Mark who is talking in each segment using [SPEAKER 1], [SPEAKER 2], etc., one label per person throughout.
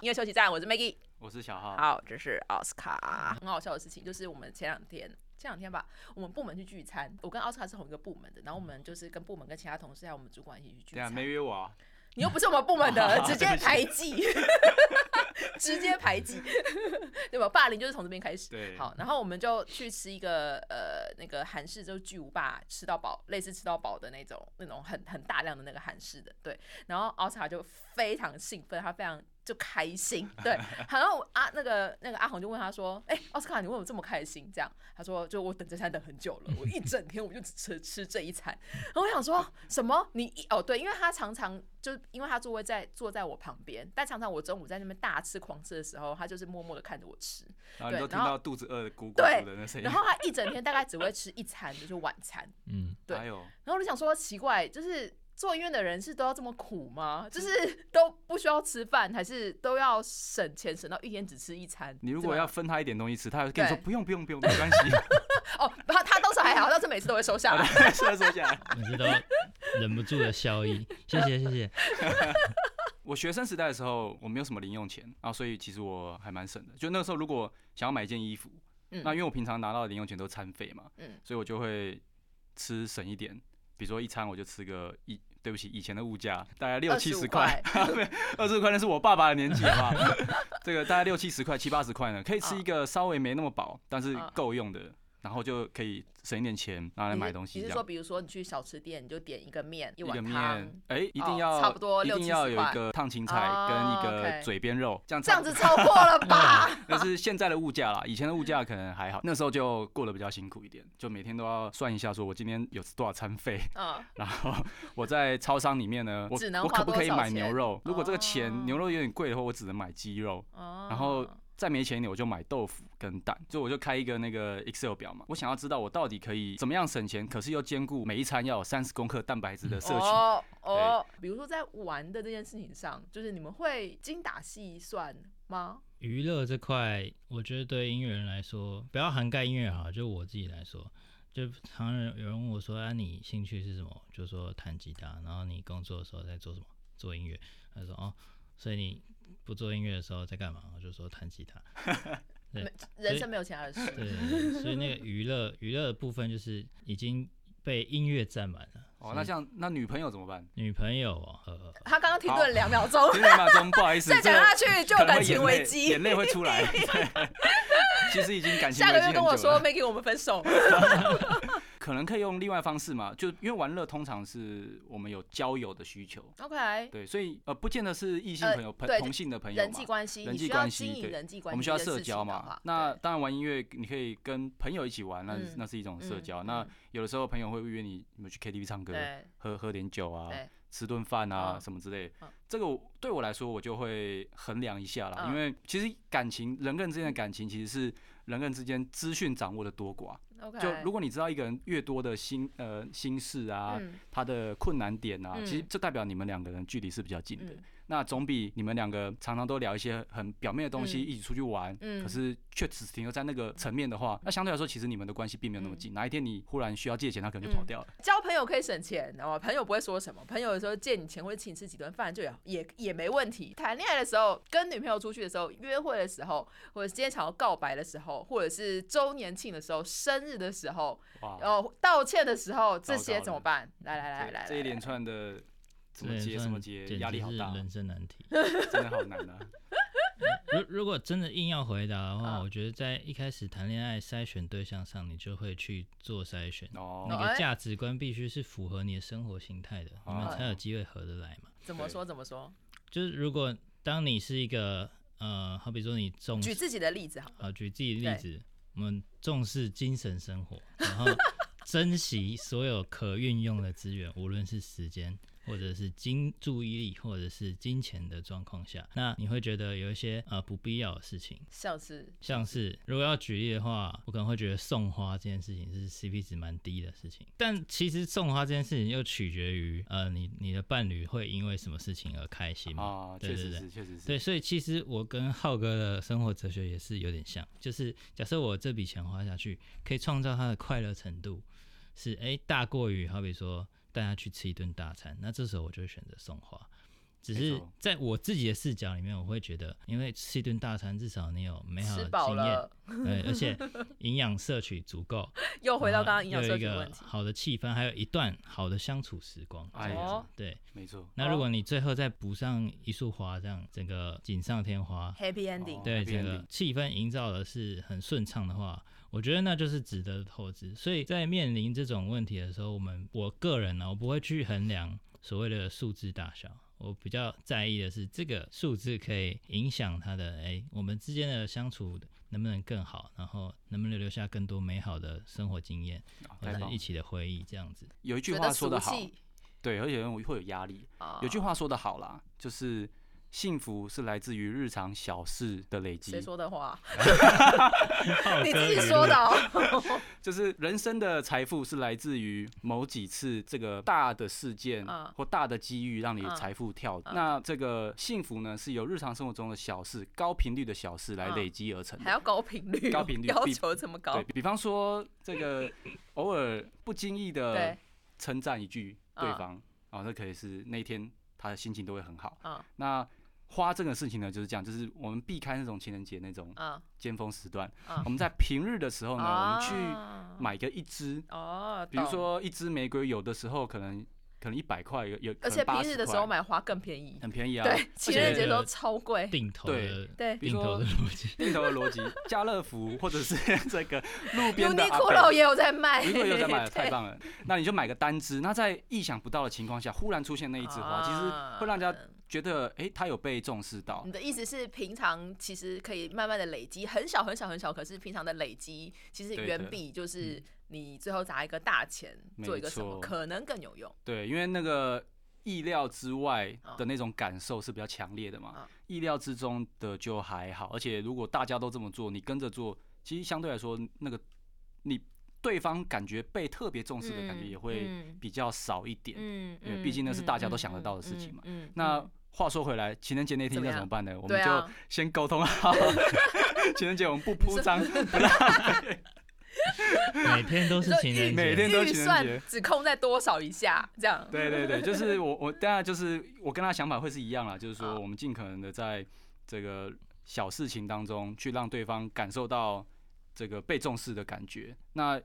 [SPEAKER 1] 音乐休息站，我是 Maggie。
[SPEAKER 2] 我是小浩。
[SPEAKER 1] 好，这是奥斯卡。很好笑的事情就是，我们前两天。前两天吧，我们部门去聚餐，我跟奥斯卡是同一个部门的，然后我们就是跟部门跟其他同事还有我们主管一起去聚
[SPEAKER 2] 对啊，
[SPEAKER 1] 餐。
[SPEAKER 2] 没约我啊。
[SPEAKER 1] 你又不是我们部门的，
[SPEAKER 2] 哦
[SPEAKER 1] 直接
[SPEAKER 2] 对不起
[SPEAKER 1] 排挤， 直接排挤， 对吧？霸凌就是从这边开始。
[SPEAKER 2] 对，
[SPEAKER 1] 好，然后我们就去吃一个呃那个韩式，就是巨无霸吃到饱，类似吃到饱的那种那种很很大量的那个韩式的，对。然后奥斯卡就非常兴奋，他非常就开心， 对。然后我啊那个那个阿红就问他说：“哎、奥斯卡，你为什么这么开心？”这样他说：“就我等这餐等很久了，我一整天我就只吃吃这一餐。”然后我想说什么？你一哦对，因为他常常就是因为他座位在坐在我旁边，但常常我中午在那边大吃狂吃的时候，他就是默默的看着我吃。
[SPEAKER 2] 然后
[SPEAKER 1] 对
[SPEAKER 2] 你都听
[SPEAKER 1] 然后
[SPEAKER 2] 到肚子饿的咕咕
[SPEAKER 1] 对
[SPEAKER 2] 咕的那声音
[SPEAKER 1] 然。后他一整天大概只会吃一餐，就是晚餐。
[SPEAKER 3] 嗯，
[SPEAKER 1] 对
[SPEAKER 2] 还有
[SPEAKER 1] 然后我就想说，奇怪，就是做医院的人是都要这么苦吗？就是都不需要吃饭，还是都要省钱省到一天只吃一餐？
[SPEAKER 2] 你如
[SPEAKER 1] 这
[SPEAKER 2] 果
[SPEAKER 1] 么
[SPEAKER 2] 要分他一点东西吃，他会跟你说
[SPEAKER 1] 对
[SPEAKER 2] 不用不用不用，没 关系。
[SPEAKER 1] 哦，他他倒是还好，但是每次都会收下
[SPEAKER 2] 好的
[SPEAKER 1] 来。，
[SPEAKER 2] 先说下来。
[SPEAKER 3] 你知道忍不住的笑意， 谢谢谢谢。
[SPEAKER 2] 我学生时代的时候，我没有什么零用钱，然后所以其实我还蛮省的。就那个时候，如果想要买一件衣服，
[SPEAKER 1] 嗯
[SPEAKER 2] 那因为我平常拿到的零用钱都是餐费嘛，
[SPEAKER 1] 嗯
[SPEAKER 2] 所以我就会吃省一点。比如说一餐我就吃个一，对不起，以前的物价大概六七
[SPEAKER 1] 25
[SPEAKER 2] 十块，二十块那是我爸爸的年纪，好 不好？这个大概六七十块、七八十块呢，可以吃一个稍微没那么饱，但是
[SPEAKER 1] 嗯
[SPEAKER 2] 够用的，然后就可以省一点钱拿来
[SPEAKER 1] 你
[SPEAKER 2] 买
[SPEAKER 1] 是
[SPEAKER 2] 东西。
[SPEAKER 1] 哦你
[SPEAKER 2] 这
[SPEAKER 1] 是
[SPEAKER 2] 样。
[SPEAKER 1] 说，比如说你去小吃店，你就点一个面、一
[SPEAKER 2] 一个
[SPEAKER 1] 碗
[SPEAKER 2] 面
[SPEAKER 1] 汤，，
[SPEAKER 2] 哎、一
[SPEAKER 1] 哦
[SPEAKER 2] 定要、
[SPEAKER 1] 差不多
[SPEAKER 2] 一
[SPEAKER 1] 六
[SPEAKER 2] 定
[SPEAKER 1] 七
[SPEAKER 2] 要
[SPEAKER 1] 十
[SPEAKER 2] 有一
[SPEAKER 1] 块
[SPEAKER 2] 个烫青菜
[SPEAKER 1] 哦
[SPEAKER 2] 跟一个
[SPEAKER 1] OK
[SPEAKER 2] 嘴边肉，这样
[SPEAKER 1] 这
[SPEAKER 2] 差
[SPEAKER 1] 样
[SPEAKER 2] 不
[SPEAKER 1] 子嗯
[SPEAKER 2] 多。
[SPEAKER 1] 超过了 吧？
[SPEAKER 2] 那是现在的物价啦，以前的物价可能还好，那时候就过得比较辛苦一点，就每天都要算一下，说我今天有多少餐费，
[SPEAKER 1] 嗯，
[SPEAKER 2] 然后我在超商里面呢，我
[SPEAKER 1] 只能
[SPEAKER 2] 我
[SPEAKER 1] 花
[SPEAKER 2] 可不
[SPEAKER 1] 多
[SPEAKER 2] 可以
[SPEAKER 1] 少
[SPEAKER 2] 买牛
[SPEAKER 1] 钱
[SPEAKER 2] 肉？如果这个钱、
[SPEAKER 1] 哦
[SPEAKER 2] 牛肉有点贵的话，我只能买鸡肉，
[SPEAKER 1] 哦
[SPEAKER 2] 然后再没钱一点我就买豆腐跟蛋，所以我就开一个那个 Excel 表嘛，我想要知道我到底可以怎么样省钱，可是又兼顾每一餐要有三十公克蛋白质的摄取。
[SPEAKER 1] 哦哦，比如说在玩的这件事情上，就是你们会精打细算吗？
[SPEAKER 3] 娱乐这块，我觉得对音乐人来说，不要涵盖音乐好了，就我自己来说，就常常有人问我说：“啊，你兴趣是什么？”就说弹吉他，然后你工作的时候在做什么？做音乐。他说：“哦，所以你不做音乐的时候在干嘛？”我就说弹吉他。对
[SPEAKER 1] 没人生没有其他的事。
[SPEAKER 3] 对对，对所以那个娱乐娱乐的部分就是已经被音乐占满了。
[SPEAKER 2] 哦，那像那女朋友怎么办？
[SPEAKER 3] 女朋友哦，呃，
[SPEAKER 1] 他刚刚停顿两秒钟，
[SPEAKER 2] 听两秒钟，不好意 思，
[SPEAKER 1] 再
[SPEAKER 2] 这
[SPEAKER 1] 讲
[SPEAKER 2] 个
[SPEAKER 1] 下去就
[SPEAKER 2] 可
[SPEAKER 1] 有
[SPEAKER 2] 能会
[SPEAKER 1] 感情
[SPEAKER 2] 眼
[SPEAKER 1] 危
[SPEAKER 2] 泪
[SPEAKER 1] 机
[SPEAKER 2] 眼。泪会出来。对其实已经感 情
[SPEAKER 1] 下
[SPEAKER 2] 危
[SPEAKER 1] 个月
[SPEAKER 2] 机很
[SPEAKER 1] 跟我
[SPEAKER 2] 久了
[SPEAKER 1] 说 Maggie 我们分手，
[SPEAKER 2] 可能可以用另外方式嘛，就因为玩乐通常是我们有交友的需求，
[SPEAKER 1] OK，
[SPEAKER 2] 对，所以呃，不见得是异性
[SPEAKER 1] 呃
[SPEAKER 2] 朋友、朋
[SPEAKER 1] 对
[SPEAKER 2] 同性的朋友
[SPEAKER 1] 人
[SPEAKER 2] 嘛
[SPEAKER 1] 际关系，
[SPEAKER 2] 人
[SPEAKER 1] 你
[SPEAKER 2] 际
[SPEAKER 1] 需要
[SPEAKER 2] 关系
[SPEAKER 1] 经营
[SPEAKER 2] 对
[SPEAKER 1] 人际关系，
[SPEAKER 2] 我们需要社交嘛。那当然玩音乐，你可以跟朋友一起玩，那
[SPEAKER 1] 嗯
[SPEAKER 2] 那是一种社交。
[SPEAKER 1] 嗯
[SPEAKER 2] 那
[SPEAKER 1] 嗯
[SPEAKER 2] 有的时候朋友会约你，你们去 KTV 唱歌，
[SPEAKER 1] 对
[SPEAKER 2] 喝喝点酒啊，
[SPEAKER 1] 对
[SPEAKER 2] 吃顿饭啊
[SPEAKER 1] 嗯
[SPEAKER 2] 什么之类的
[SPEAKER 1] 嗯。
[SPEAKER 2] 这个我对我来说，我就会衡量一下啦，
[SPEAKER 1] 嗯
[SPEAKER 2] 因为其实感情，人跟人之间的感情其实是人跟人之间资讯掌握的多寡。
[SPEAKER 1] OK，
[SPEAKER 2] 就如果你知道一个人越多的心呃心事啊，
[SPEAKER 1] 嗯
[SPEAKER 2] 他的困难点啊，
[SPEAKER 1] 嗯
[SPEAKER 2] 其实这代表你们两个人距离是比较近的。
[SPEAKER 1] 嗯
[SPEAKER 2] 那总比你们两个常常都聊一些很表面的东西，
[SPEAKER 1] 嗯
[SPEAKER 2] 一起出去玩，
[SPEAKER 1] 嗯
[SPEAKER 2] 可是却只停留在那个层面的话，那相对来说，其实你们的关系并没有那么
[SPEAKER 1] 嗯
[SPEAKER 2] 近。哪一天你忽然需要借钱，他可能就跑掉了。
[SPEAKER 1] 交朋友可以省钱，然后朋友不会说什么，朋友有时候借你钱或者请你吃几顿饭就也也也没问题。谈恋爱的时候，跟女朋友出去的时候，约会的时候，或者是今天想要告白的时候，或者是周年庆的时候、生日的时候，
[SPEAKER 2] 哇，
[SPEAKER 1] 然后道歉的时候，这
[SPEAKER 2] 糟
[SPEAKER 1] 些
[SPEAKER 2] 糕
[SPEAKER 1] 怎么办？来来
[SPEAKER 2] 这
[SPEAKER 1] 哦来来，
[SPEAKER 2] 这一
[SPEAKER 1] 来
[SPEAKER 2] 连串的怎么
[SPEAKER 3] 这
[SPEAKER 2] 接
[SPEAKER 3] 算
[SPEAKER 2] 什么接，
[SPEAKER 3] 简
[SPEAKER 2] 压力
[SPEAKER 3] 直
[SPEAKER 2] 好
[SPEAKER 3] 是
[SPEAKER 2] 大，
[SPEAKER 3] 人生难题。
[SPEAKER 2] 真的好难 啊。
[SPEAKER 3] 如 如果真的硬要回答的话，
[SPEAKER 1] 嗯
[SPEAKER 3] 我觉得在一开始谈恋爱筛选对象上，你就会去做筛选，那
[SPEAKER 2] 哦，
[SPEAKER 3] 个价值观必须是符合你的生活形态的，你
[SPEAKER 1] 哎
[SPEAKER 3] 们才有机会合得来嘛。
[SPEAKER 1] 怎么说怎么说？
[SPEAKER 3] 就是如果当你是一个呃，好比说你重
[SPEAKER 1] 举
[SPEAKER 3] 视，
[SPEAKER 1] 自己的例子好了，
[SPEAKER 3] 呃，举自己的例
[SPEAKER 1] 对
[SPEAKER 3] 子，我们重视精神 生活，然后珍惜所有可运用的资源，无论是时间。或者是金注意力，或者是金钱的状况下，那你会觉得有一些呃不必要的事情，
[SPEAKER 1] 像是
[SPEAKER 3] 像是如果要举例的话，我可能会觉得送花这件事情是 CP 值蛮低的事情，但其实送花这件事情又取决于呃你你的伴侣会因为什么事情而开心嘛？
[SPEAKER 2] 啊，确
[SPEAKER 3] 对对
[SPEAKER 2] 实
[SPEAKER 3] 对
[SPEAKER 2] 是，确实是。
[SPEAKER 3] 对，所以其实我跟浩哥的生活哲学也是有点像，就是假设我这笔钱花下去，可以创造他的快乐程度是哎大过于好比说带他去吃一顿大餐，那这时候我就会选择送花。只
[SPEAKER 2] 没
[SPEAKER 3] 是
[SPEAKER 2] 错
[SPEAKER 3] 在我自己的视角里面，我会觉得，因为吃一顿大餐，至少你有美
[SPEAKER 2] 啊
[SPEAKER 3] 好
[SPEAKER 1] 吃
[SPEAKER 3] 的
[SPEAKER 1] 饱
[SPEAKER 3] 经验
[SPEAKER 1] 了，，
[SPEAKER 3] 对，而且营养摄取足 够。
[SPEAKER 1] 又回到
[SPEAKER 3] 然后
[SPEAKER 1] 刚刚营养
[SPEAKER 3] 又
[SPEAKER 1] 摄
[SPEAKER 3] 有一
[SPEAKER 1] 取的问
[SPEAKER 3] 个
[SPEAKER 1] 题。
[SPEAKER 3] 好的气氛，还有一段好的相处时光。
[SPEAKER 2] 哎呀
[SPEAKER 1] 哦
[SPEAKER 3] 对，
[SPEAKER 2] 没错，
[SPEAKER 3] 那如果你最后再补上一束花，这样整个锦上添花，
[SPEAKER 1] Happy ending，、
[SPEAKER 2] 哦
[SPEAKER 3] 对
[SPEAKER 2] happy
[SPEAKER 3] 整个
[SPEAKER 2] ending
[SPEAKER 3] 气氛营造的是很顺畅的话，我觉得那就是值得投资。所以在面临这种问题的时候，我们我个人啊呢、我不会去衡量所谓的数字大小。我比较在意的是这个数字可以影响它的，哎、我们之间的相处能不能更好，然后能不能留下更多美好的生活经验，
[SPEAKER 2] 啊
[SPEAKER 3] 或
[SPEAKER 2] 太
[SPEAKER 3] 者
[SPEAKER 2] 棒
[SPEAKER 3] 一
[SPEAKER 2] 了。
[SPEAKER 3] 起的回忆这样子。
[SPEAKER 2] 有一句
[SPEAKER 1] 觉
[SPEAKER 2] 话
[SPEAKER 1] 得
[SPEAKER 2] 说得
[SPEAKER 1] 俗
[SPEAKER 2] 好，
[SPEAKER 1] 气
[SPEAKER 2] 对，而且会有压力。
[SPEAKER 1] 啊
[SPEAKER 2] 有句话说得好啦，就是幸福是来自于日常小事的累积。
[SPEAKER 1] 谁说的 话？
[SPEAKER 3] 浩
[SPEAKER 1] 你
[SPEAKER 3] 哥
[SPEAKER 1] 自己
[SPEAKER 3] 语
[SPEAKER 1] 说
[SPEAKER 3] 录
[SPEAKER 1] 的哦。
[SPEAKER 2] 就是人生的财富是来自于某几次这个大的事件
[SPEAKER 1] 嗯
[SPEAKER 2] 或大的机遇让你
[SPEAKER 1] 嗯
[SPEAKER 2] 财富跳。那这个幸福呢，是由日常生活中的小事、高频率的小事来
[SPEAKER 1] 嗯
[SPEAKER 2] 累积而成
[SPEAKER 1] 还
[SPEAKER 2] 的。
[SPEAKER 1] 要高频率哦、
[SPEAKER 2] 高频率
[SPEAKER 1] 要
[SPEAKER 2] 必
[SPEAKER 1] 求这么高
[SPEAKER 2] 对，比方说，这个偶尔不经意的
[SPEAKER 1] 对
[SPEAKER 2] 称赞一句对
[SPEAKER 1] 嗯
[SPEAKER 2] 方，啊，那可以是那一天他的心情都会很好。
[SPEAKER 1] 嗯
[SPEAKER 2] 那花这个事情呢，就是这样，就是我们避开那种情人节那种
[SPEAKER 1] 嗯，
[SPEAKER 2] 尖峰时段
[SPEAKER 1] 嗯，
[SPEAKER 2] 我们在平日的时候呢，我们去
[SPEAKER 1] 啊
[SPEAKER 2] 买个一支
[SPEAKER 1] 哦，
[SPEAKER 2] 比如
[SPEAKER 1] 懂，
[SPEAKER 2] 说一支玫瑰，有的时候可能可能一百块，有有
[SPEAKER 1] 而
[SPEAKER 2] 可
[SPEAKER 1] 且
[SPEAKER 2] 能
[SPEAKER 1] 平日
[SPEAKER 2] 80
[SPEAKER 1] 的时候
[SPEAKER 2] 块
[SPEAKER 1] 买花更便宜，
[SPEAKER 2] 很便宜啊。
[SPEAKER 1] 对， 情人节
[SPEAKER 3] 这个
[SPEAKER 1] 都超贵，
[SPEAKER 3] 定投的
[SPEAKER 1] 对
[SPEAKER 2] 比如
[SPEAKER 3] 定投的
[SPEAKER 2] 说
[SPEAKER 3] 逻辑。
[SPEAKER 2] 定投的逻辑，家乐福或者是这个路边的 阿
[SPEAKER 1] ，Uniqlo
[SPEAKER 2] 伯。
[SPEAKER 1] 也有在卖，
[SPEAKER 2] 如果有在 买了，太
[SPEAKER 1] 对，
[SPEAKER 2] 棒了。那你就买个单支，那在意想不到的情况下，忽然出现那一枝花，其实会让人家
[SPEAKER 1] 啊
[SPEAKER 2] 觉得，哎、它有被重视到
[SPEAKER 1] 你。的意思是，平常其实可以慢慢的累积，很小很小很小，可是平常的累积，其实
[SPEAKER 2] 对
[SPEAKER 1] 远
[SPEAKER 2] 的
[SPEAKER 1] 比就是你最后砸一个大钱
[SPEAKER 2] 没
[SPEAKER 1] 做一个什么，
[SPEAKER 2] 错
[SPEAKER 1] 可能更有用。
[SPEAKER 2] 对，因为那个意料之外的那种感受是比较强烈的嘛，
[SPEAKER 1] 啊
[SPEAKER 2] 意料之中的就还好。而且如果大家都这么做，你跟着做，其实相对来说，那个你对方感觉被特别重视的感觉
[SPEAKER 1] 嗯
[SPEAKER 2] 也会
[SPEAKER 1] 嗯
[SPEAKER 2] 比较少一点。
[SPEAKER 1] 嗯
[SPEAKER 2] 因为毕竟那是大家都想得到的事情嘛
[SPEAKER 1] 嗯，嗯
[SPEAKER 2] 那话说回来，情人节那
[SPEAKER 1] 怎
[SPEAKER 2] 天
[SPEAKER 1] 么
[SPEAKER 2] 要
[SPEAKER 1] 样
[SPEAKER 2] 怎么办呢？我
[SPEAKER 1] 对
[SPEAKER 2] 们
[SPEAKER 1] 啊
[SPEAKER 2] 就先沟通好。 情人节我们不铺张，不浪费。
[SPEAKER 3] 每天都是情人节，
[SPEAKER 2] 每天都
[SPEAKER 1] 预
[SPEAKER 2] 情人
[SPEAKER 1] 算
[SPEAKER 2] 节
[SPEAKER 1] 只控在多少以下这 样。
[SPEAKER 2] 对对对，就是我我当然就是我跟他想法会是一样啦，就是说我们尽可能的在这个小事情当中去让对方感受到这个被重视的感觉。那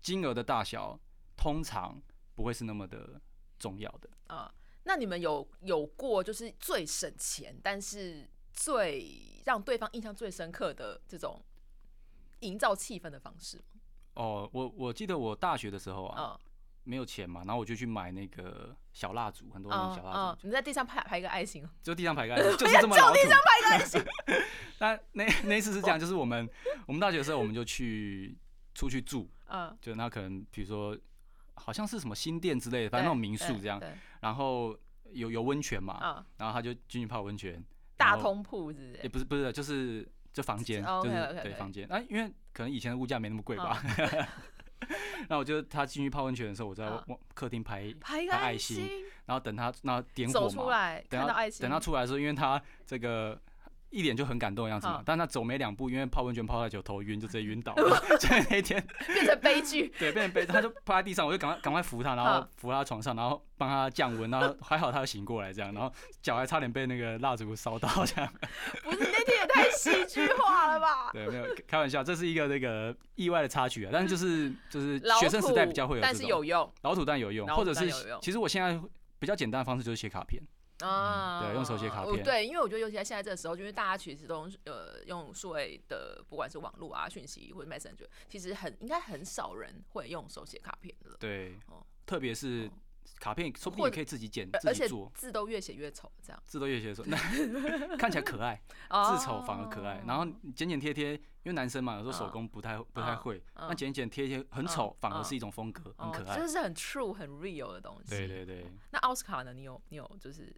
[SPEAKER 2] 金额的大小通常不会是那么的重要的。
[SPEAKER 1] 啊、那你们有有过就是最省钱，但是最让对方印象最深刻的这种营造气氛的方式吗？
[SPEAKER 2] 哦，我我记得我大学的时候啊，
[SPEAKER 1] 啊
[SPEAKER 2] 没有钱嘛，然后我就去买那个小蜡烛，很多那种
[SPEAKER 1] 啊
[SPEAKER 2] 小蜡
[SPEAKER 1] 啊
[SPEAKER 2] 烛！，
[SPEAKER 1] 你在地上拍拍一个爱心，
[SPEAKER 2] 就地上排开，就是这么老土。 那那那一次是这样，就是我们我们大学的时候，我们就去出去住，
[SPEAKER 1] 啊，
[SPEAKER 2] 就那可能比如说好像是什么新店之类的，反正那种民宿这样，
[SPEAKER 1] 对对
[SPEAKER 2] 然后有有温泉嘛，
[SPEAKER 1] 啊，
[SPEAKER 2] 然后他就进去泡温泉，
[SPEAKER 1] 大
[SPEAKER 2] 然后
[SPEAKER 1] 通铺是不
[SPEAKER 2] 也
[SPEAKER 1] 是？
[SPEAKER 2] 不是不是就是就房间，
[SPEAKER 1] 哦
[SPEAKER 2] 就是
[SPEAKER 1] OK，OK，
[SPEAKER 2] 对
[SPEAKER 1] OK
[SPEAKER 2] 房间，啊，因为可能以前的物价没那么贵吧。 那我就他进去泡温泉的时候，我在
[SPEAKER 1] 哦啊
[SPEAKER 2] 我客厅拍，
[SPEAKER 1] 拍一个
[SPEAKER 2] 拍爱
[SPEAKER 1] 心，
[SPEAKER 2] 然后等他，然后点火
[SPEAKER 1] 走出
[SPEAKER 2] 嘛，
[SPEAKER 1] 来
[SPEAKER 2] 等
[SPEAKER 1] 看到
[SPEAKER 2] 他
[SPEAKER 1] 爱心，
[SPEAKER 2] 等他出来的时候，因为他这个。一脸就很感动的样子嘛
[SPEAKER 1] 啊，
[SPEAKER 2] 但他走没两步，因为泡温泉泡太久头晕，就直接晕倒 了。 所以那一天
[SPEAKER 1] 变成悲剧
[SPEAKER 2] 对，变成被他就趴在地上，我就赶快赶快扶他，然后
[SPEAKER 1] 啊
[SPEAKER 2] 扶他床上，然后帮他降温，然后还好他有醒过来这样，然后脚还差点被那个蜡烛烧到这样。
[SPEAKER 1] 不是那天也太戏剧化了吧？
[SPEAKER 2] 对，没有开玩笑，这是一个那个意外的插曲啊，但是就是就是
[SPEAKER 1] 老
[SPEAKER 2] 学生时代比
[SPEAKER 1] 土
[SPEAKER 2] 较会有
[SPEAKER 1] 但
[SPEAKER 2] 这
[SPEAKER 1] 是
[SPEAKER 2] 种
[SPEAKER 1] 有用
[SPEAKER 2] 老土但有用，
[SPEAKER 1] 老
[SPEAKER 2] 或
[SPEAKER 1] 土
[SPEAKER 2] 者
[SPEAKER 1] 但
[SPEAKER 2] 是
[SPEAKER 1] 有用
[SPEAKER 2] 其实我现在比较简单的方式就是写卡片，
[SPEAKER 1] 啊、
[SPEAKER 2] 嗯对用手写卡
[SPEAKER 1] 我
[SPEAKER 2] 片
[SPEAKER 1] 对，因为我觉得尤其在现在这个时候，就是大家其实都用呃用数位的，不管是网络啊、讯息或者 Messenger，其实很应该很少人会用手写卡片了，
[SPEAKER 2] 对
[SPEAKER 1] 哦，
[SPEAKER 2] 特别是
[SPEAKER 1] 哦
[SPEAKER 2] 卡片，说不定
[SPEAKER 1] 或
[SPEAKER 2] 也
[SPEAKER 1] 者
[SPEAKER 2] 可以自己剪
[SPEAKER 1] 而
[SPEAKER 2] 自
[SPEAKER 1] 而且
[SPEAKER 2] 己做，
[SPEAKER 1] 字都越写越丑，这样
[SPEAKER 2] 字都越写说那 看起来可爱，
[SPEAKER 1] 哦
[SPEAKER 2] 字丑反而可爱，然后你剪剪贴贴，因为男生嘛，有时候手工不太不太
[SPEAKER 1] 嗯
[SPEAKER 2] 会，
[SPEAKER 1] 嗯
[SPEAKER 2] 那剪一剪贴一贴很丑，反而是一种风格，很可
[SPEAKER 1] 哦，
[SPEAKER 2] 爱
[SPEAKER 1] 就。是嗯很 true 很 real 的东西。
[SPEAKER 2] 对对对，
[SPEAKER 1] 那奥斯卡呢？你有你有就是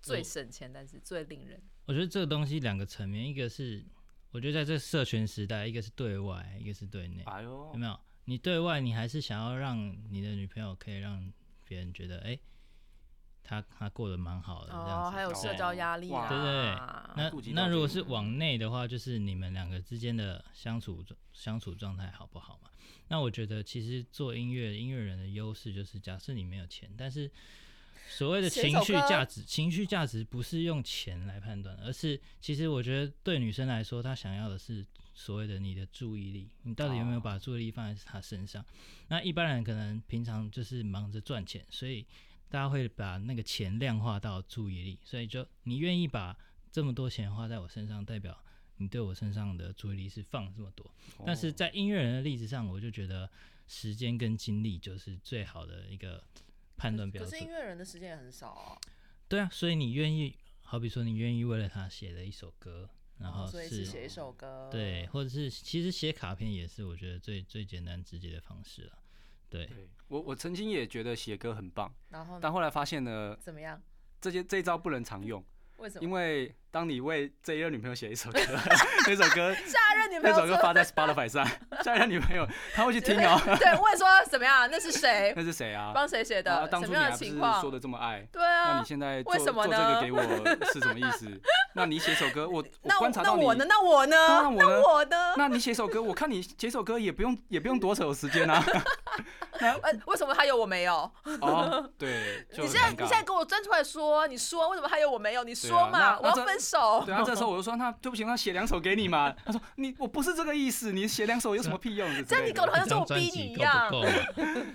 [SPEAKER 1] 最
[SPEAKER 3] 我
[SPEAKER 1] 省钱，但是最令人
[SPEAKER 3] 我觉得这个东西两个层面，一个是我觉得在这社群时代，一个是对外，一个是对内，
[SPEAKER 2] 哎呦
[SPEAKER 3] 有，没有？你对外，你还是想要让你的女朋友可以让别人觉得，哎、她她过得蛮好的这样子。
[SPEAKER 1] 哦还有社交压力
[SPEAKER 2] 哦哇
[SPEAKER 1] 啊，
[SPEAKER 3] 对对那
[SPEAKER 2] 顾及到
[SPEAKER 3] 那
[SPEAKER 2] 这
[SPEAKER 3] 如果
[SPEAKER 2] 个
[SPEAKER 3] 是往内的话，就是你们两个之间的相处状相处状态好不好嘛？那我觉得其实做音乐音乐人的优势就是，假设你没有钱，但是所谓的
[SPEAKER 1] 写一
[SPEAKER 3] 情
[SPEAKER 1] 首
[SPEAKER 3] 绪
[SPEAKER 1] 歌
[SPEAKER 3] 价值，情绪价值不是用钱来判断，而是其实我觉得对女生来说，她想要的是所谓的你的注意力，你到底有没有
[SPEAKER 2] 哦
[SPEAKER 3] 把注意力放在她身上？那一般人可能平常就是忙着赚钱，所以大家会把那个钱量化到注意力，所以就你愿意把这么多钱花在我身上，代表你对我身上的注意力是放这么多。但
[SPEAKER 1] 哦
[SPEAKER 2] 哦
[SPEAKER 3] 是在音乐人的例子上，我就觉得时间跟精力就是最好的一个判断标
[SPEAKER 1] 可是音
[SPEAKER 3] 准。
[SPEAKER 1] 乐人的时间也很少啊，
[SPEAKER 3] 对啊，所以你愿意，好比说你愿意为了他写了一首歌，然后
[SPEAKER 1] 哦所以是
[SPEAKER 3] 是
[SPEAKER 1] 写一首歌，
[SPEAKER 3] 对，，或者是其实写卡片也是我觉得最最简单直接的方式了。对，
[SPEAKER 2] 对我我曾经也觉得写歌很棒，
[SPEAKER 1] 然后呢
[SPEAKER 2] 但后来发现呢，
[SPEAKER 1] 怎么样？
[SPEAKER 2] 这些这一招不能常用，
[SPEAKER 1] 为什么
[SPEAKER 2] 因？为当你为这一任女朋友写一 首歌，那首歌
[SPEAKER 1] 下任女朋
[SPEAKER 2] 那
[SPEAKER 1] 友
[SPEAKER 2] 首歌
[SPEAKER 1] 说
[SPEAKER 2] 发在 Spotify 上， 下一任女朋友她会去听哦、
[SPEAKER 1] 对，问说怎么样？那是谁？
[SPEAKER 2] 那是谁啊？
[SPEAKER 1] 帮谁写
[SPEAKER 2] 啊
[SPEAKER 1] 的？
[SPEAKER 2] 当
[SPEAKER 1] 什
[SPEAKER 2] 初
[SPEAKER 1] 么样
[SPEAKER 2] 你还
[SPEAKER 1] 的
[SPEAKER 2] 不是
[SPEAKER 1] 情况
[SPEAKER 2] 说？的这么爱，
[SPEAKER 1] 对啊
[SPEAKER 2] 那你，现在做
[SPEAKER 1] 为什么
[SPEAKER 2] 做这个
[SPEAKER 1] 呢
[SPEAKER 2] 给我是什么意 思？那你写首歌，我我
[SPEAKER 1] 那
[SPEAKER 2] 观察
[SPEAKER 1] 那
[SPEAKER 2] 到你
[SPEAKER 1] 我呢？那我呢？
[SPEAKER 2] 那我呢
[SPEAKER 1] 那我呢？
[SPEAKER 2] 那你写首歌，我看你写首歌也不用也不用多久 时间啊。
[SPEAKER 1] 呃，为什么他有我没有？
[SPEAKER 2] 哦，对， 就
[SPEAKER 1] 你
[SPEAKER 2] 很
[SPEAKER 1] 现在
[SPEAKER 2] 尴
[SPEAKER 1] 你现在
[SPEAKER 2] 尬。
[SPEAKER 1] 跟我站出来说，你说为什么还有我没有？你说嘛，
[SPEAKER 2] 那那
[SPEAKER 1] 我要
[SPEAKER 2] 这
[SPEAKER 1] 分手。
[SPEAKER 2] 对啊，这时候我就说，那对不起，那写两首给你嘛。他说你我不是这个意思，你写两首有什么屁用？
[SPEAKER 1] 这样你搞得好
[SPEAKER 3] 一
[SPEAKER 1] 像是我
[SPEAKER 3] 张专
[SPEAKER 1] 逼
[SPEAKER 3] 辑
[SPEAKER 1] 你一
[SPEAKER 3] 够不
[SPEAKER 1] 样，
[SPEAKER 3] 够啊？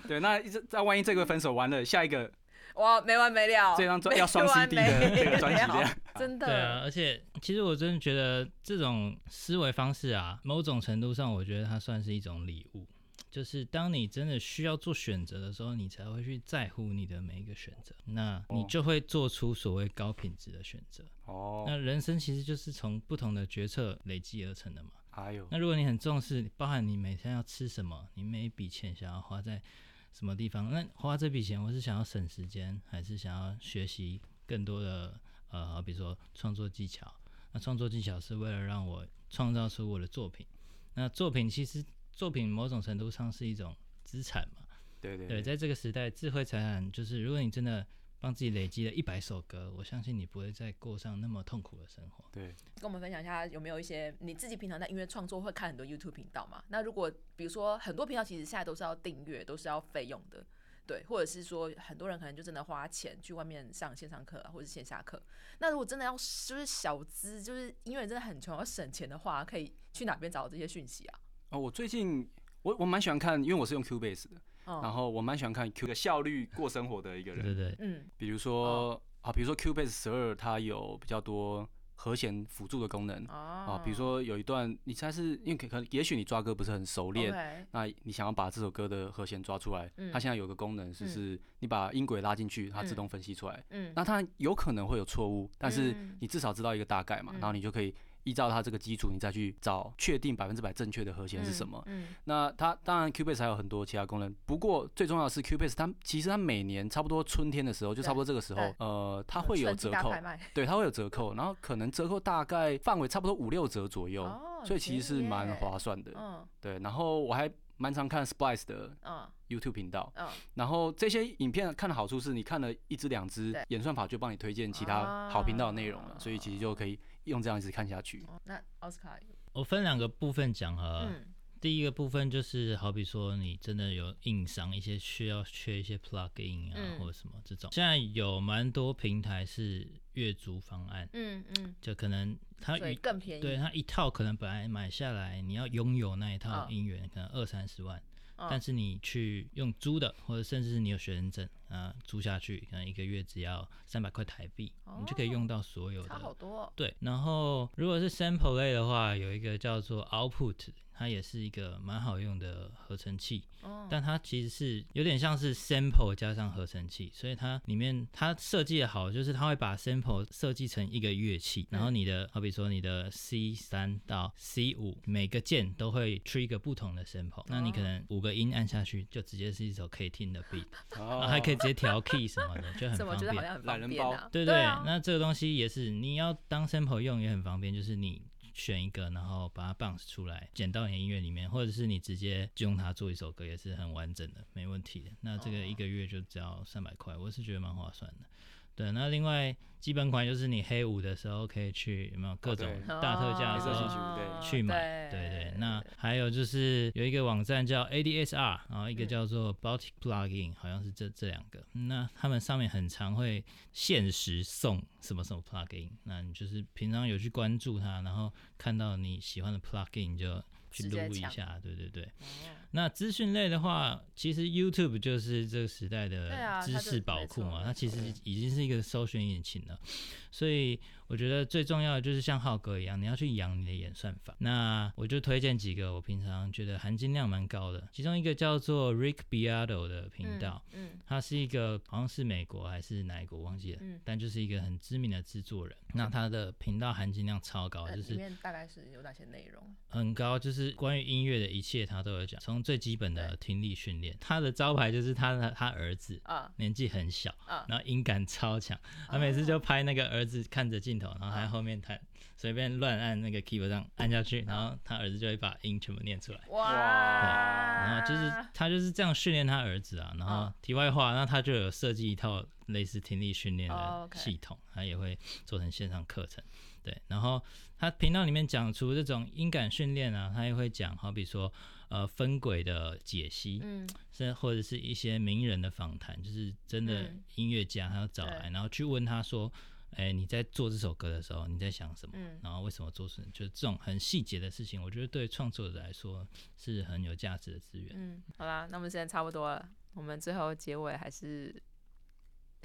[SPEAKER 2] 对，那一直那万一这个分手完了，下一个
[SPEAKER 1] 哇，没完没了。
[SPEAKER 2] 这张专
[SPEAKER 1] 没
[SPEAKER 2] 要双
[SPEAKER 1] 完
[SPEAKER 2] CD
[SPEAKER 1] 没
[SPEAKER 2] 的这个专辑
[SPEAKER 1] 了
[SPEAKER 2] 这样。
[SPEAKER 1] 真的。
[SPEAKER 3] 对啊，而且其实我真的觉得这种思维方式啊，某种程度上，我觉得它算是一种礼物。就是当你真的需要做选择的时候，你才会去在乎你的每一个选择，那你
[SPEAKER 2] 哦
[SPEAKER 3] 就会做出所谓高品质的选择。
[SPEAKER 2] 哦，
[SPEAKER 3] 那人生其实就是从不同的决策累积而成的嘛。
[SPEAKER 2] 哎呦，
[SPEAKER 3] 那如果你很重视，包含你每天要吃什么，你每一笔钱想要花在什么地方，那花这笔钱，我是想要省时间，还是想要学习更多的呃，比如说创作技巧？那创作技巧是为了让我创造出我的作品。那作品其实作品某种程度上是一种资产嘛。
[SPEAKER 2] 对对
[SPEAKER 3] 对，在这个时代，智慧财产就是，如果你真的帮自己累积了一百首歌，我相信你不会再过上那么痛苦的生活。
[SPEAKER 2] 对，
[SPEAKER 1] 跟我们分享一下，有没有一些你自己平常在音乐创作会看很多 YouTube 频道嘛？那如果比如说很多频道其实现在都是要订阅，都是要费用的，对，或者是说很多人可能就真的花钱去外面上线上课、啊、或者是线下课。那如果真的要就是小资，就是因为真的很穷要省钱的话，可以去哪边找这些讯息啊？
[SPEAKER 2] 哦，我最近我我蛮喜欢看，因为我是用 Cubase 的，然
[SPEAKER 1] 嗯
[SPEAKER 2] 后我蛮喜欢看 Q 的效率过生活的一个
[SPEAKER 3] 对对
[SPEAKER 2] 人，
[SPEAKER 3] 对，
[SPEAKER 1] 嗯，
[SPEAKER 2] 比如说啊，比如说 Cubase 十二，它有比较多和弦辅助的功能啊
[SPEAKER 1] 哦，，
[SPEAKER 2] 比如说有一段你猜是因为可可也许你抓歌不是很熟练。
[SPEAKER 1] OK，
[SPEAKER 2] 那你想要把这首歌的和弦抓出来，它
[SPEAKER 1] 哦嗯
[SPEAKER 2] 现在有个功能，就
[SPEAKER 1] 嗯
[SPEAKER 2] 是你把音轨拉进去，它自
[SPEAKER 1] 嗯
[SPEAKER 2] 动分析出来。
[SPEAKER 1] 嗯，
[SPEAKER 2] 那它有可能会有错误，但是
[SPEAKER 1] 嗯
[SPEAKER 2] 你至少知道一个大概嘛，然后
[SPEAKER 1] 嗯
[SPEAKER 2] 你就可以依照它这个基础，你再去找确定百分之百正确的和弦是什么。
[SPEAKER 1] 嗯
[SPEAKER 2] 那它当然 Cubase 还有很多其他功能，不过最重要的是 Cubase 它其实它每年差不多春天的时候，就
[SPEAKER 1] 对
[SPEAKER 2] 差不多这个时候
[SPEAKER 1] 对，
[SPEAKER 2] 呃，它会有
[SPEAKER 1] 趁机
[SPEAKER 2] 折
[SPEAKER 1] 大
[SPEAKER 2] 扣
[SPEAKER 1] 拍，卖
[SPEAKER 2] 对，它会有折扣，然后可能折扣大概范围差不多五六折左右，
[SPEAKER 1] 哦
[SPEAKER 2] 所以其实是
[SPEAKER 1] 便宜
[SPEAKER 2] 蛮
[SPEAKER 1] 耶
[SPEAKER 2] 划算的。
[SPEAKER 1] 嗯
[SPEAKER 2] 对，然后我还蛮常看 Splice 的
[SPEAKER 1] 嗯
[SPEAKER 2] YouTube 频道，
[SPEAKER 1] 嗯，
[SPEAKER 2] 然后这些影片看的好处是你看了一支两支
[SPEAKER 1] 对，啊
[SPEAKER 2] 演算法就帮你推荐其他好频道的内容了，所以其实就可以用这样一直看下去。
[SPEAKER 1] 哦那奥斯卡，
[SPEAKER 3] 我分两个部分讲好了。
[SPEAKER 1] 嗯
[SPEAKER 3] 第一个部分就是，好比说你真的有硬伤，一些需要缺一些 plugin 啊、
[SPEAKER 1] 嗯
[SPEAKER 3] 或者什么这种，现在有蛮多平台是月租方案，
[SPEAKER 1] 嗯嗯，
[SPEAKER 3] 就可能它
[SPEAKER 1] 所以
[SPEAKER 3] 一
[SPEAKER 1] 更便宜，
[SPEAKER 3] 对它一套可能本来买下来你要拥有那一套
[SPEAKER 1] 嗯
[SPEAKER 3] 音源，可能二三十万，
[SPEAKER 1] 嗯
[SPEAKER 3] 但是你去用租的，或者甚至是你有学生证啊租下去，可能一个月只要三百块台币，你就可以用到所有
[SPEAKER 1] 差
[SPEAKER 3] 的
[SPEAKER 1] 哦好多哦，
[SPEAKER 3] 对，然后如果是 sample 类的话，有一个叫做 output，它也是一个蛮好用的合成器，
[SPEAKER 1] 嗯
[SPEAKER 3] 但它其实是有点像是 sample 加上合成器，所以它里面它设计的好，就是它会把 sample 设计成一个乐器，然后
[SPEAKER 1] 嗯
[SPEAKER 3] 你的好比说你的 C 三到 C 五每个键都会 trigger 不同的 sample，那你可
[SPEAKER 1] 哦
[SPEAKER 3] 能五个音按下去就直接是一首可以听的 beat，然后
[SPEAKER 2] 哦
[SPEAKER 3] 还可以直接调 key 什么的，就很
[SPEAKER 1] 怎么
[SPEAKER 3] 方
[SPEAKER 1] 觉得好
[SPEAKER 3] 便。
[SPEAKER 1] 像很
[SPEAKER 2] 懒
[SPEAKER 1] 方
[SPEAKER 2] 人
[SPEAKER 1] 便
[SPEAKER 2] 包
[SPEAKER 1] 啊？
[SPEAKER 3] 对
[SPEAKER 1] 对啊，
[SPEAKER 3] 那这个东西也是你要当 sample 用也很方便，就是你选一个，然后把它 bounce 出来，剪到你的音乐里面，或者是你直接就用它做一首歌，也是很完整的，没问题的。那这个一个月就只要三百块，我是觉得蛮划算的。对，那另外基本款就是你黑五的时候可以去有没有各种
[SPEAKER 2] 对
[SPEAKER 3] 大特价的时
[SPEAKER 2] 黑色星
[SPEAKER 3] 候
[SPEAKER 2] 期五对
[SPEAKER 1] 哦
[SPEAKER 3] 去买，对
[SPEAKER 1] 嗯
[SPEAKER 3] 对。那还有就是有一个网站叫 ADSR，然后一个
[SPEAKER 1] 嗯
[SPEAKER 3] 叫做 Baltic Plugin，好像是这这两个。那他们上面很常会限时送什么什么 Plugin，那你就是平常有去关注它，然后看到你喜欢的 Plugin 你就
[SPEAKER 1] 直
[SPEAKER 3] 去撸
[SPEAKER 1] 接
[SPEAKER 3] 一
[SPEAKER 1] 抢
[SPEAKER 3] 下，对对对。
[SPEAKER 1] 嗯
[SPEAKER 3] 那资讯类的话，其实 YouTube 就是这个时代
[SPEAKER 1] 对啊它
[SPEAKER 3] 的知
[SPEAKER 1] 就
[SPEAKER 3] 识宝
[SPEAKER 1] 没
[SPEAKER 3] 库
[SPEAKER 1] 错
[SPEAKER 3] 嘛，
[SPEAKER 1] 没
[SPEAKER 3] 它其实
[SPEAKER 2] 错
[SPEAKER 3] 已经是一个搜寻引擎了。所以我觉得最重要的就是像浩哥一样，你要去养你的演算法。那我就推荐几个我平常觉得含金量蛮高的，其中一个叫做 Rick Beato 的频道，
[SPEAKER 1] 嗯，
[SPEAKER 3] 他是一个好像是美国还是哪一国忘记了，
[SPEAKER 1] 嗯
[SPEAKER 3] 但就是一个很知名的制作人。那他的频道含金量超高，
[SPEAKER 1] 呃
[SPEAKER 3] 哦就
[SPEAKER 1] 里
[SPEAKER 3] 是
[SPEAKER 1] 面大概是有哪些内容？
[SPEAKER 3] 很高，就是关于音乐的一切他都有讲，从最基本的听力训练，他的招牌就是他的他儿子
[SPEAKER 1] 啊
[SPEAKER 3] 年纪很小，
[SPEAKER 1] 啊，
[SPEAKER 3] 然后音感超强，他每次就拍那个儿子看着镜头，然后他在后面弹，随便乱按那个 keyboard 上按下去，然后他儿子就会把音全部念出来。
[SPEAKER 1] 哇，
[SPEAKER 3] 然后就是他就是这样训练他儿子啊，然后
[SPEAKER 1] 啊嗯
[SPEAKER 3] 题外话，那他就有设计一套类似听力训练
[SPEAKER 1] 哦
[SPEAKER 3] 的
[SPEAKER 1] ，OK
[SPEAKER 3] 系统，他也会做成线上课程。对，然后他频道里面讲除了这种音感训练啊，他也会讲，好比说呃分轨的解析，
[SPEAKER 1] 嗯
[SPEAKER 3] 甚或者是一些名人的访谈，就是真的
[SPEAKER 1] 嗯
[SPEAKER 3] 音乐家，他要找
[SPEAKER 1] 对
[SPEAKER 3] 来，然后去问他说，哎，你在做这首歌的时候，你在想什么？
[SPEAKER 1] 嗯
[SPEAKER 3] 然后为什么做出就是这种很细节的事情，我觉得对创作者来说是很有价值的资源。
[SPEAKER 1] 嗯，好啦，那我们现在差不多了，我们最后结尾还是。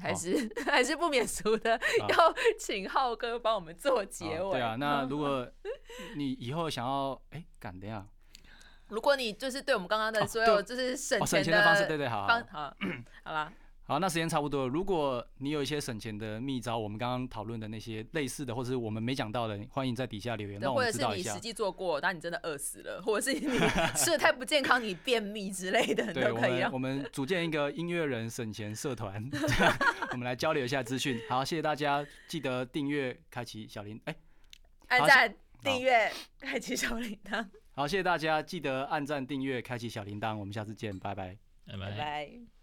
[SPEAKER 1] 还
[SPEAKER 2] 好
[SPEAKER 1] 是、 还是不免俗的，要请浩哥帮我们做结
[SPEAKER 2] 好
[SPEAKER 1] 尾。
[SPEAKER 2] 对啊， 那如果你以后想要，哎、敢等一下，
[SPEAKER 1] 如果你就是对我们刚刚的
[SPEAKER 2] 哦
[SPEAKER 1] 所
[SPEAKER 2] 对
[SPEAKER 1] 有就是省
[SPEAKER 2] 哦，省钱
[SPEAKER 1] 钱的
[SPEAKER 2] 的方式，对对，好好
[SPEAKER 1] 方好，好啦，
[SPEAKER 2] 好，那时间差不多了。如果你有一些省钱的秘招，我们刚刚讨论的那些类似的，或者是我们没讲到的，欢迎在底下留言，
[SPEAKER 1] 对，
[SPEAKER 2] 让我
[SPEAKER 1] 或者
[SPEAKER 2] 们知
[SPEAKER 1] 是
[SPEAKER 2] 道一
[SPEAKER 1] 你
[SPEAKER 2] 下
[SPEAKER 1] 实。际做过，但你真的饿死了，或者是 你吃的太不健康，你便秘之类的，你
[SPEAKER 2] 对
[SPEAKER 1] 都
[SPEAKER 2] 我
[SPEAKER 1] 可以啊
[SPEAKER 2] 们，
[SPEAKER 1] 让
[SPEAKER 2] 我们组建一个音乐人省钱 社团， 这样我们来交流一下资讯。好，谢谢大家，记得订阅、开启小铃，哎、
[SPEAKER 1] 按
[SPEAKER 2] 好
[SPEAKER 1] 赞、订阅、开启小铃铛，
[SPEAKER 2] 好，谢谢大家，记得按赞、订阅、开启小铃铛。我们下次见，拜拜。
[SPEAKER 3] 拜
[SPEAKER 1] 拜拜。